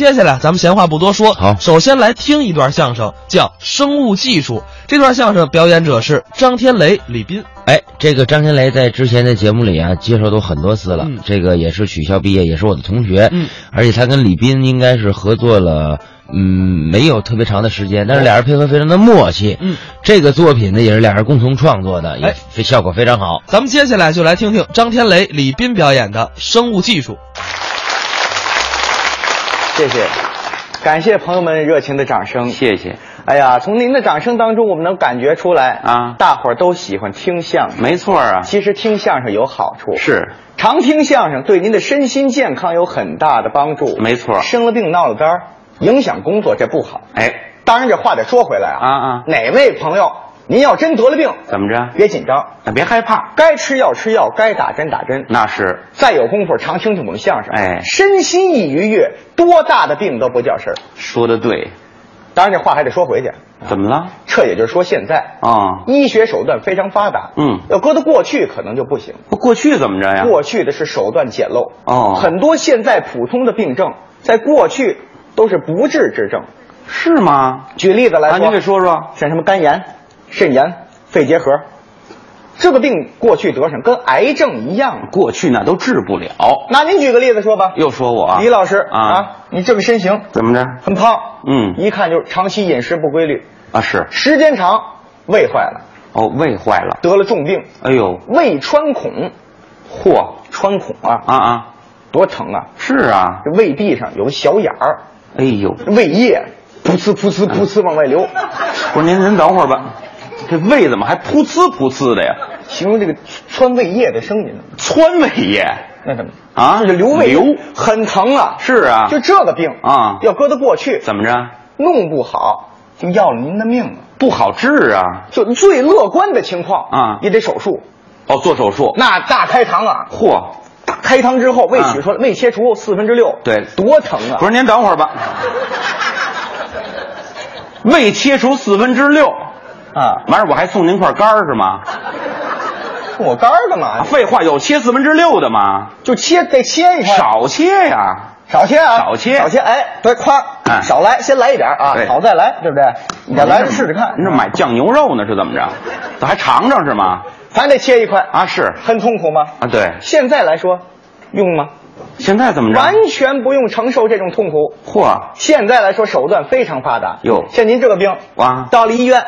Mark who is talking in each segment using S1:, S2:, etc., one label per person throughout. S1: 接下来咱们闲话不多说，
S2: 好
S1: 首先来听一段相声，叫《生物技术》。这段相声表演者是张天雷、李斌。
S2: 哎，这个张天雷在之前的节目里啊，介绍都很多次了。
S1: 嗯
S2: 这个也是取校毕业，也是我的同学。
S1: 嗯，
S2: 而且他跟李斌应该是合作了，嗯，没有特别长的时间，但是俩人配合非常的默契。
S1: 嗯，
S2: 这个作品呢也是俩人共同创作的，
S1: 哎
S2: 也非效果非常好。
S1: 咱们接下来就来听听张天雷、李斌表演的《生物技术》。
S3: 谢谢，感谢朋友们热情的掌声。
S4: 谢谢，
S3: 哎呀，从您的掌声当中，我们能感觉出来
S4: 啊
S3: 大伙儿都喜欢听相声。
S4: 没错儿啊，
S3: 其实听相声有好处，
S4: 是
S3: 常听相声对您的身心健康有很大的帮助。
S4: 没错儿
S3: 生了病闹了单儿，影响工作这不好。
S4: 哎，
S3: 当然，这话得说回来啊
S4: 啊啊
S3: 哪位朋友，您要真得了病，
S4: 怎么着？
S3: 别紧张，
S4: 那啊别害怕，
S3: 该吃药吃药，该打针打针。
S4: 那是
S3: 再有功夫，常听听我们相声。
S4: 哎
S3: 身心一愉悦，多大的病都不叫事儿。
S4: 说的对，
S3: 当然，这话还得说回去，
S4: 怎么了？
S3: 这也就是说，现在
S4: 啊、
S3: 医学手段非常发达，
S4: 嗯
S3: 要搁到过去可能就不行。
S4: 不过去怎么着呀？
S3: 过去的是手段简陋，
S4: 哦
S3: 很多现在普通的病症，在过去都是不治之症。
S4: 是吗？
S3: 举例子来
S4: 啊，
S3: 说，
S4: 您给说说，
S3: 像什么肝炎、肾炎、肺结核，这个病过去得上跟癌症一样。
S4: 过去那都治不了。
S3: 那您举个例子说吧，
S4: 又说我啊
S3: 李老师
S4: 啊
S3: 你这个身形
S4: 怎么着？
S3: 很胖，
S4: 嗯
S3: 一看就是长期饮食不规律，
S4: 啊，是
S3: 时间长胃坏了，
S4: 哦，胃坏了。
S3: 得了重病，
S4: 哎呦，
S3: 胃穿孔，嚯，穿孔啊，
S4: 啊啊，
S3: 多疼啊！
S4: 是啊，
S3: 这胃壁上有个小眼儿，
S4: 哎呦，
S3: 胃液噗呲噗呲噗呲往外流，
S4: 不是您您等会儿吧，这胃怎么还噗呲噗呲的呀？
S3: 形容这个穿胃液的声音呢。
S4: 川胃液
S3: 那什么
S4: 啊，
S3: 这流胃
S4: 流
S3: 很疼啊！
S4: 是啊
S3: 就这个病
S4: 啊
S3: 要搁到过去，
S4: 怎么着？
S3: 弄不好就要了您的命了。啊
S4: 不好治啊？
S3: 就最乐观的情况
S4: 啊
S3: 也得手术，
S4: 哦，做手术？
S3: 那大开膛啊！
S4: 嚯，
S3: 大开膛之后胃取出来，胃切除四分之六，
S4: 啊对
S3: 多疼啊！
S4: 不是您等会儿吧，胃切除四分之六，
S3: 啊，
S4: 完事儿我还送您块肝儿是吗？啊
S3: 我肝儿干嘛呀？
S4: 废话，有切四分之六的吗？
S3: 就切得切一块，
S4: 少切呀！
S3: 少切啊，
S4: 少切
S3: 少切，哎，对，夸，
S4: 哎
S3: 少来，先来一点啊，
S4: 对嗯
S3: 少再来，对不对？你再来试试看
S4: 您，这买酱牛肉呢是怎么着？咋还尝尝是吗？
S3: 反正得切一块啊，
S4: 啊是
S3: 很痛苦吗？
S4: 啊对，
S3: 现在来说，用吗？
S4: 现在怎么着？
S3: 完全不用承受这种痛苦。
S4: 嚯，
S3: 现在来说手段非常发达，
S4: 哟
S3: 像您这个病，
S4: 哇
S3: 到了医院，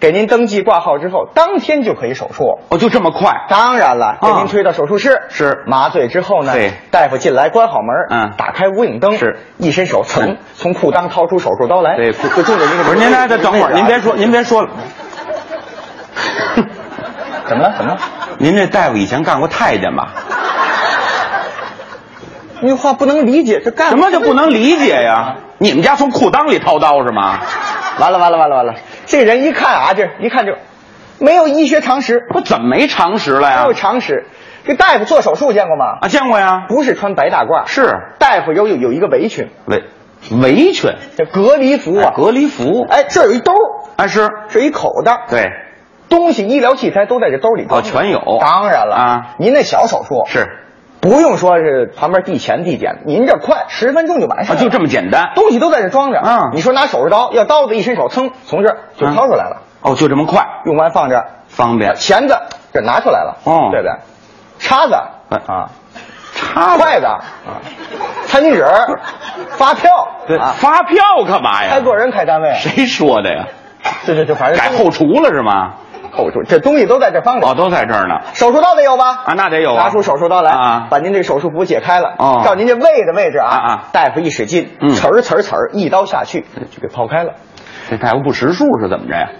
S3: 给您登记挂号之后，当天就可以手术。
S4: 哦就这么快？
S3: 当然了，给您推到手术室，
S4: 啊是
S3: 麻醉之后呢，
S4: 对
S3: 大夫进来关好门，
S4: 嗯
S3: 打开无影灯，
S4: 是
S3: 一伸手，噌
S4: 嗯，
S3: 从裤裆掏出手术刀来，
S4: 对，
S3: 就中着您
S4: 不是您来，
S3: 来，
S4: 再等会儿，您别说，您别说了，
S3: 啊怎么了？怎么了？
S4: 您这大夫以前干过太监吧？
S3: 那话不能理解，这干
S4: 什么就不能理解呀？你们家从裤裆里掏刀是吗？
S3: 完了完了完了完了，这人一看啊，这一看就没有医学常识，
S4: 我怎么没常识了
S3: 没
S4: 哎呀
S3: 有？常识。这大夫做手术见过吗？
S4: 啊，见过呀，
S3: 不是穿白大褂，
S4: 是
S3: 大夫有有有一个围裙，
S4: 围围裙，
S3: 这隔离服啊
S4: 哎，隔离服，
S3: 哎，这有一兜儿，
S4: 啊是，
S3: 这一口袋，，
S4: 对，
S3: 东西医疗器材都在这兜里头，
S4: 哦全有
S3: 当然了
S4: 啊
S3: 您那小手术
S4: 是
S3: 不用说是旁边递钱递点，您这快十分钟就完事儿
S4: 啊，
S3: 了，
S4: 就这么简单，
S3: 东西都在这装着
S4: 啊
S3: 你说拿手术刀，要刀子一伸手，噌从这儿就掏出来了，
S4: 哦，就这么快，
S3: 用完放这儿，
S4: 方便。
S3: 钳子这拿出来了，
S4: 哦
S3: 对不对？叉子
S4: 哎
S3: 啊，
S4: 叉
S3: 筷子啊，餐巾纸 儿，发票
S4: 对，
S3: 啊，
S4: 发票干嘛呀？
S3: 开个人开单位，
S4: 谁说的呀？
S3: 这这这反正
S4: 改后厨了是吗？
S3: 后厨，这东西都在这放着。
S4: 哦，都在这儿呢。
S3: 手术刀得有吧？
S4: 啊那得有啊
S3: 拿出手术刀来，
S4: 啊
S3: 把您这个手术服解开了，
S4: 哦
S3: 照您这胃的位置啊，
S4: 啊啊
S3: 大夫一使劲，
S4: 嗯
S3: 刺儿刺儿刺儿，一刀下去就给刨开了，
S4: 这大夫不识数是怎么着呀？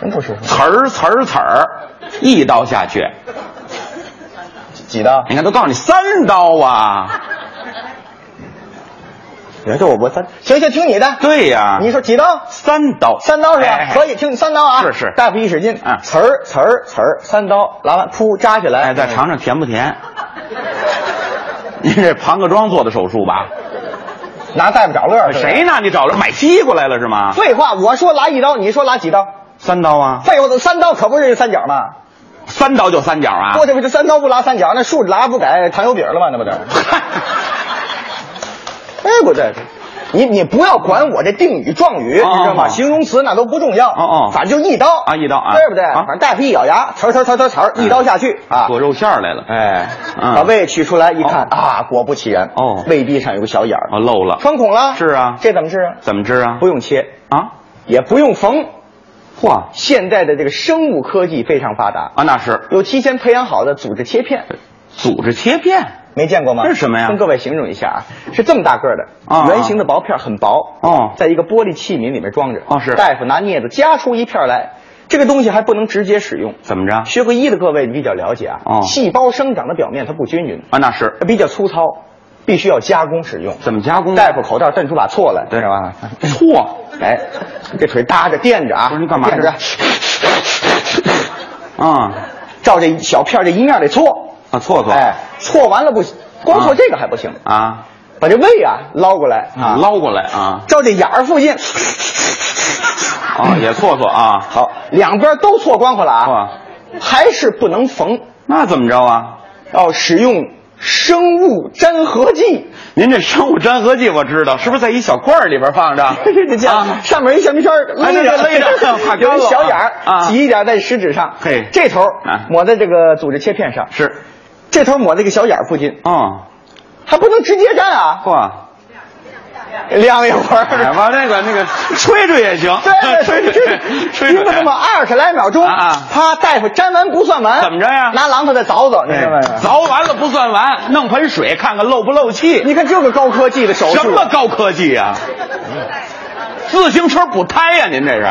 S3: 真不是
S4: 词儿词儿词儿，一刀下去，
S3: 几刀？
S4: 你看都告诉你三刀啊。
S3: 你说这我不三，行行，听你的，
S4: 对呀，
S3: 你说几刀？
S4: 三刀，
S3: 三刀是吧
S4: 啊哎？
S3: 可以，听你三刀啊！
S4: 是是
S3: 大夫一使劲，
S4: 啊
S3: 刺儿刺儿刺儿，三刀拉完，噗扎起来。
S4: 哎，再尝尝甜不甜？您这庞各庄做的手术吧？
S3: 拿大夫找乐儿。是吧
S4: 谁？让你找了买西瓜来了是吗？
S3: 废话，我说拉一刀，你说拉几刀？
S4: 三刀啊，
S3: 废话，三刀可不是三角吗？
S4: 三刀就三角啊
S3: 我。这不这三刀不拉三角，那竖 着拉不改糖油饼了吗？那不得？
S4: 嗨
S3: 哎，不对，你你不要管我这定语状语，你知
S4: 哦
S3: 道吗？
S4: 哦
S3: 形容词那都不重要，
S4: 哦哦
S3: 反正就一刀
S4: 啊一刀啊
S3: 对不对？
S4: 啊
S3: 反
S4: 嗯
S3: 正大屁一咬牙，呲儿呲儿呲儿呲儿呲儿，一刀下去啊，
S4: 做肉馅儿来了，
S3: 哎，
S4: 嗯
S3: 把胃取出来一看啊，果不其然，
S4: 哦
S3: 胃壁上有个小眼儿，
S4: 啊漏了，
S3: 穿孔了，
S4: 是啊
S3: 这怎么治啊？
S4: 怎么治啊？
S3: 不用切，
S4: 啊，
S3: 也不用缝，
S4: 嚯
S3: 现在的这个生物科技非常发达，
S4: 啊，那是
S3: 有提前培养好的组织切片，
S4: 组织切片
S3: 没见过吗？
S4: 这是什么呀
S3: 跟各位形容一下啊，是这么大个儿的，
S4: 啊
S3: 圆形的薄片，很薄，
S4: 哦
S3: 在一个玻璃器皿里面装着。
S4: 哦是
S3: 大夫拿镊子夹出一片来，这个东西还不能直接使用。
S4: 怎么着
S3: 学过医的各位你比较了解啊，
S4: 哦
S3: 细胞生长的表面它不均匀，
S4: 啊？那是
S3: 它比较粗糙，必须要加工使用。
S4: 怎么加工？
S3: 大夫口袋瞪出把锉来，
S4: 对
S3: 知道吧？
S4: 错，
S3: 哎，这腿搭着垫着啊，
S4: 不是你干嘛
S3: 垫着
S4: 这，啊
S3: 照这小片儿这一面儿得搓，
S4: 啊，错错，
S3: 哎，搓完了不行，光搓
S4: 啊
S3: 这个还不行，
S4: 啊，
S3: 把这胃啊捞过来啊，
S4: 捞过来啊，
S3: 照这眼儿附近，
S4: 啊，也错错啊，
S3: 好，两边都搓光滑了啊
S4: 哇，
S3: 还是不能缝，
S4: 那怎么着啊？
S3: 要使用生物粘合剂，
S4: 您这生物粘合剂我知道，是不是在一小罐儿里边放着？
S3: 这这样，
S4: 啊
S3: 上面一橡皮圈儿勒着
S4: 哎勒着 怕
S3: 有
S4: 刮
S3: 一
S4: 我
S3: 小眼儿
S4: 啊
S3: 挤一点在食指上，
S4: 嘿
S3: 这头
S4: 啊
S3: 抹在这个组织切片上，
S4: 是，
S3: 这头抹在这个小眼儿附近，
S4: 哦，
S3: 还不能直接粘啊，
S4: 嚯，
S3: 晾一会
S4: 哎
S3: 儿。
S4: 完那个 那个吹吹也行，
S3: 对
S4: 吹
S3: 对
S4: 吹
S3: 对，
S4: 吹
S3: 一
S4: 吹，
S3: 共这么二十来秒钟，
S4: 啊啊
S3: 啪，大夫粘完不算完，
S4: 怎么着呀
S3: 拿榔头再凿凿，你知道
S4: 哎
S3: 吗？
S4: 凿完了不算完，弄盆水看看漏不漏气。
S3: 你看这个高科技的手术，
S4: 什么高科技啊呀、自行车补胎呀、您这是？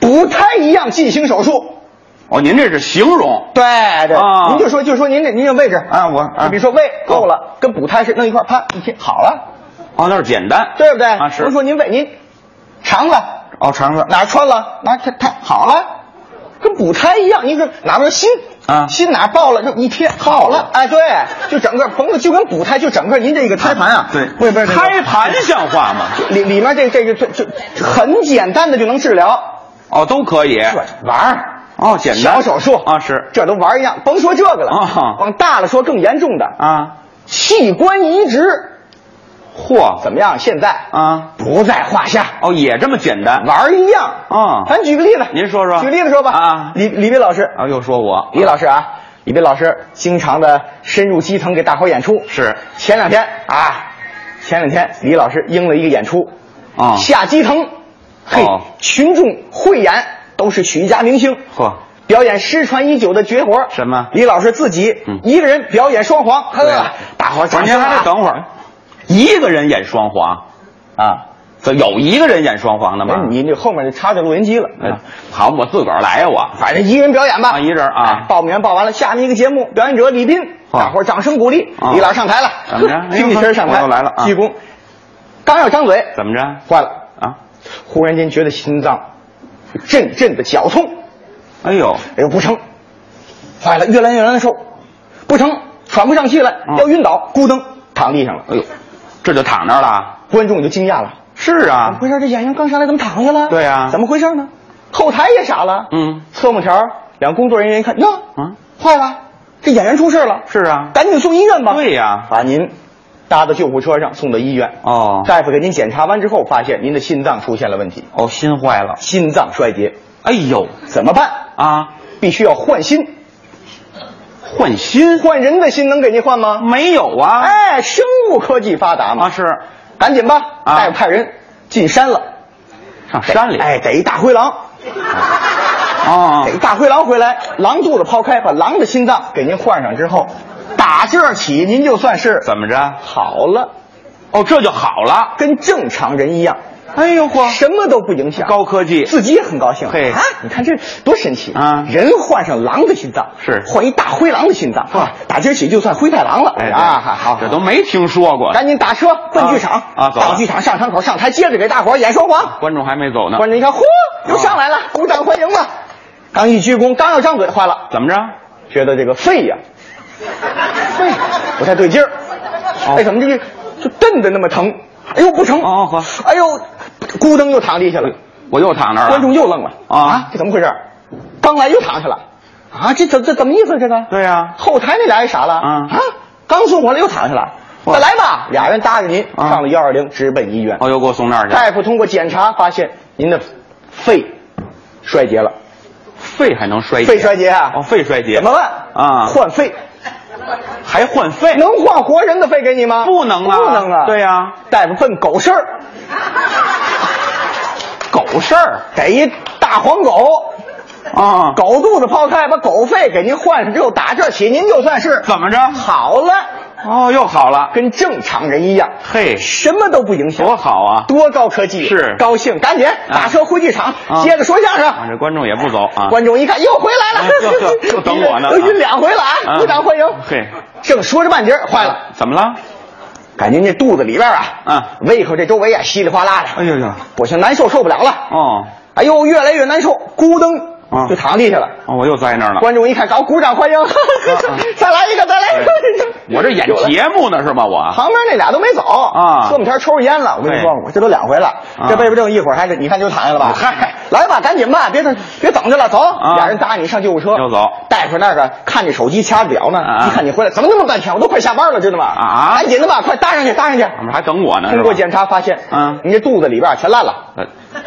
S3: 不太一样进行手术？
S4: 哦，您这是形容
S3: 对对，
S4: 啊
S3: 您就说就说您这您这位置
S4: 啊我啊
S3: 比如说胃够了，跟补胎是弄一块儿，啪一贴好了，
S4: 哦，那是简单，
S3: 对不对？
S4: 啊是
S3: 不是说您胃您肠子
S4: 哦，肠子
S3: 哪儿穿了哪儿它它好了，跟补胎一样，您这哪边心
S4: 啊
S3: 心哪儿爆了就一贴好了，哎对，就整个甭就跟补胎就整个您这个胎盘啊，
S4: 对，
S3: 不是不是不是
S4: 胎盘像话吗？
S3: 里里面这这个这这这很简单的就能治疗，
S4: 哦，都可以
S3: 这玩儿。
S4: 哦，简
S3: 小
S4: 单
S3: 手术
S4: 啊是
S3: 这都玩儿一样，甭说这个了
S4: 啊
S3: 往大了说更严重的，
S4: 啊，
S3: 器官移植
S4: 嚯
S3: 怎么样？现在
S4: 啊
S3: 不在话下，
S4: 哦也这么简单
S3: 玩儿一样
S4: 啊
S3: 咱举个例子，
S4: 您说说
S3: 举个例子说吧
S4: 啊
S3: 李李斌老师，
S4: 啊又说我
S3: 李老师啊，李斌老师经常的深入基层给大伙儿演出，
S4: 是
S3: 前两天啊，前两天李老师应了一个演出，
S4: 啊
S3: 下基层，嘿
S4: 哦，
S3: 群众汇演都是曲家明星，
S4: 嚯
S3: 表演失传已久的绝活。
S4: 什么
S3: 李老师自己
S4: 嗯
S3: 一个人表演双簧，呵
S4: 对了，
S3: 大伙儿掌
S4: 您
S3: 声啊
S4: 还得等会儿，一个人演双簧啊，这有一个人演双簧的
S3: 哎
S4: 吗？
S3: 你这后面就插着录音机了。啊
S4: 哎好，我自个儿来呀我。
S3: 反正一个人表演吧，
S4: 啊一人啊
S3: 哎报名报完了，下面一个节目，表演者李斌，
S4: 哇
S3: 大伙儿掌声鼓励。
S4: 啊
S3: 李老师上台了，
S4: 怎么着哎
S3: 精气神儿上台
S4: 我又来了啊
S3: 鞠躬。刚要张嘴，
S4: 怎么着
S3: 坏了，
S4: 啊？
S3: 忽然间觉得心脏阵阵的绞痛，
S4: 哎呦，
S3: 哎呦不成，坏了，越来越难受，不成，喘不上气来，
S4: 嗯
S3: 要晕倒，咕噔躺地上了。
S4: 哎呦，这就躺那儿了。
S3: 观众就惊讶了，
S4: 是
S3: 怎么
S4: 啊
S3: 回，事？这演员刚上来怎么躺下了？
S4: 对啊
S3: 怎么回事呢？后台也傻了，
S4: 嗯
S3: 侧幕条，两工作人员一看，哟，
S4: 嗯，
S3: 坏了，这演员出事了，
S4: 是啊，
S3: 赶紧送医院吧。
S4: 对呀
S3: 把您搭到救护车上送到医院。
S4: 哦
S3: 大夫给您检查完之后，发现您的心脏出现了问题，
S4: 哦，心坏了。
S3: 心脏衰竭，
S4: 哎呦
S3: 怎么办？
S4: 啊，
S3: 必须要换心，
S4: 换心
S3: 换人的心能给您换吗？
S4: 没有啊？
S3: 哎，生物科技发达嘛，
S4: 啊，是
S3: 赶紧吧，
S4: 啊
S3: 大夫派人进山了，
S4: 上山里。
S3: 哎，逮一大灰狼，
S4: 啊
S3: 逮一大灰狼回来，狼肚子剖开，把狼的心脏给您换上之后，打这儿起您就算是
S4: 怎么着？
S3: 好了，
S4: 哦，这就好了。
S3: 跟正常人一样，
S4: 哎呦嚯，
S3: 什么都不影响，
S4: 高科技
S3: 啊自己也很高兴。
S4: 嘿
S3: 啊，你看这多神奇
S4: 啊
S3: 人换上狼的心脏，
S4: 是
S3: 换一大灰狼的心脏啊，打今儿起就算灰太狼了。
S4: 哎
S3: 啊，好好，
S4: 这都没听说过。
S3: 赶紧打车奔剧场
S4: 啊走了
S3: 到剧场上场口上台，接着给大伙儿演双簧。
S4: 观众还没走呢。
S3: 观众一看，嚯，又上来
S4: 啊
S3: 了，鼓掌欢迎吧。刚一鞠躬，刚要张嘴，坏了，
S4: 怎么着？
S3: 觉得这个肺呀， 肺不太对劲儿，为什么这个就震的那么疼？哎呦不成，
S4: 哦呵
S3: 哎呦，咕噔又躺地下了。
S4: 我又躺那儿了。
S3: 观众又愣了
S4: 啊
S3: 这怎么回事？刚来又躺下了，啊，这怎这怎么意思？这个
S4: 对呀
S3: 后台那俩也傻了
S4: 啊
S3: 啊，刚送过来又躺下了，那来吧，俩人搭着您
S4: 啊
S3: 上了幺二零，直奔医院。
S4: 哦，又给我送那儿去。
S3: 大夫通过检查发现您的肺衰竭了，
S4: 肺还能衰竭？
S3: 肺衰竭啊
S4: 哦，肺衰竭
S3: 怎么办
S4: 啊？
S3: 换肺，
S4: 还换肺？
S3: 能换活人的肺给你吗？
S4: 不能啊
S3: 不能啊！
S4: 对呀
S3: 大夫奔狗事 儿，
S4: 狗事儿
S3: 给一大黄狗，
S4: 啊？
S3: 狗肚子剖开，把狗肺给您换上之后，打这儿起您就算是
S4: 怎么着？
S3: 好了，
S4: 哦，又好了。
S3: 跟正常人一样，
S4: 嘿，
S3: 什么都不影响，
S4: 多好啊！
S3: 多高科技！
S4: 是
S3: 高兴，赶紧打车回剧场，
S4: 啊
S3: 接着说相声。
S4: 啊，这观众也不走啊。
S3: 观众一看又回来
S4: 哎
S3: 了，
S4: 这这就等 我呢
S3: 都晕两回了啊！
S4: 啊
S3: 鼓掌欢迎。
S4: 嘿，啊
S3: 正说着半截儿，坏了，
S4: 怎么了？
S3: 感觉这肚子里边啊，
S4: 嗯
S3: 胃口这周围啊稀里哗啦的，
S4: 哎呦呦，
S3: 不行，难受受不了了，
S4: 哦，
S3: 哎呦，越来越难受，咕噔
S4: 啊
S3: 就躺地下了。
S4: 哦我又栽那儿了。
S3: 观众一看，搞鼓掌欢迎， 再来一个，再来一个。
S4: 啊哎我这演
S3: 有了
S4: 节目呢是吧？我
S3: 旁边那俩都没走
S4: 啊
S3: 说我们天儿抽着烟了。我跟你
S4: 对
S3: 说，我这都两回了，
S4: 啊
S3: 这背不正一会儿还是你看就躺下了吧？
S4: 嗨，啊
S3: 来吧，赶紧吧，别等别等着了，走。俩人搭你上救护车，
S4: 就走
S3: 大夫那个看你手机掐着表呢，
S4: 啊
S3: 一看你回来，怎么那么半天？我都快下班了，知道吗？
S4: 啊
S3: 赶紧的吧，快搭上去，搭上去。
S4: 怎么还等我呢？
S3: 通过
S4: 是吧
S3: 检查发现，
S4: 嗯
S3: 你这肚子里边全烂了，
S4: 呃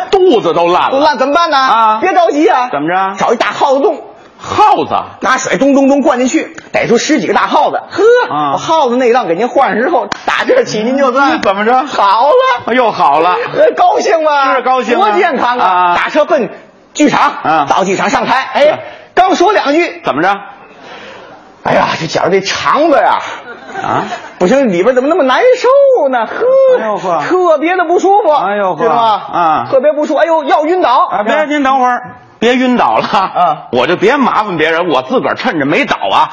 S4: 肚子都烂
S3: 都
S4: 了。
S3: 烂怎么办呢？
S4: 啊
S3: 别着急啊，
S4: 怎么着
S3: 找一大耗子洞。
S4: 耗子
S3: 拿水咚咚咚灌进去，逮出十几个大耗子。呵，
S4: 啊
S3: 我耗子内脏给您换上之后，打这儿起您就算
S4: 嗯怎么着
S3: 好了，
S4: 哦又好了。
S3: 呃，高兴吗？
S4: 是高兴啊
S3: 多健康啊！
S4: 啊
S3: 打车奔剧场，
S4: 啊
S3: 到剧场上台，
S4: 是
S3: 哎，刚说两句，
S4: 怎么着？
S3: 哎呀，这觉着这肠子呀，
S4: 啊？
S3: 不行，里边怎么那么难受呢？
S4: 哎呦
S3: 呵，
S4: 呵
S3: 特别的不舒服，
S4: 哎呦呵
S3: 知道吗？
S4: 啊
S3: 特别不舒服，哎呦，要晕倒
S4: 啊，别，您等会儿，别晕倒了啊！我就别麻烦别人，我自个儿趁着没倒啊，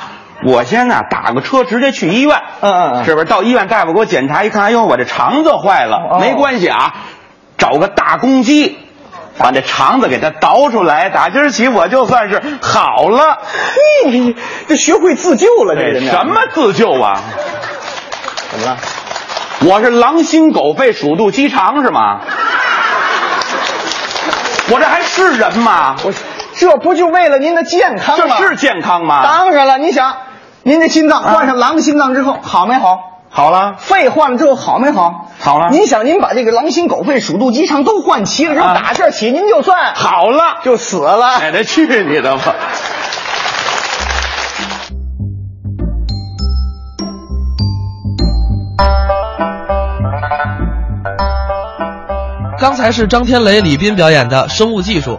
S4: 我先啊打个车直接去医院。
S3: 嗯嗯嗯
S4: 是不是？到医院大夫给我检查一看，哎呦，我这肠子坏了，
S3: 哦
S4: 没关系啊，找个大公鸡。把这肠子给它倒出来，打今儿起我就算是好了。
S3: 嘿，你哎 这学会自救了，这
S4: 这
S3: 人呢
S4: 什么自救啊？
S3: 怎么了？
S4: 我是狼心狗肺、鼠肚鸡肠是 吗？我这还是人吗？
S3: 我这不就为了您的健康
S4: 这
S3: 吗？
S4: 是啊健康吗？
S3: 当然了，你想，您这心脏换上狼心脏之后好没好？
S4: 好了，
S3: 肺换了之后好没好？
S4: 好了
S3: 您想，您把这个狼心狗肺、鼠肚鸡肠都换齐了之后，
S4: 啊
S3: 打这儿起您就算
S4: 好了，
S3: 就死了。
S4: 奶奶去你的吧！
S1: 刚才是张天雷、李斌表演的生物技术。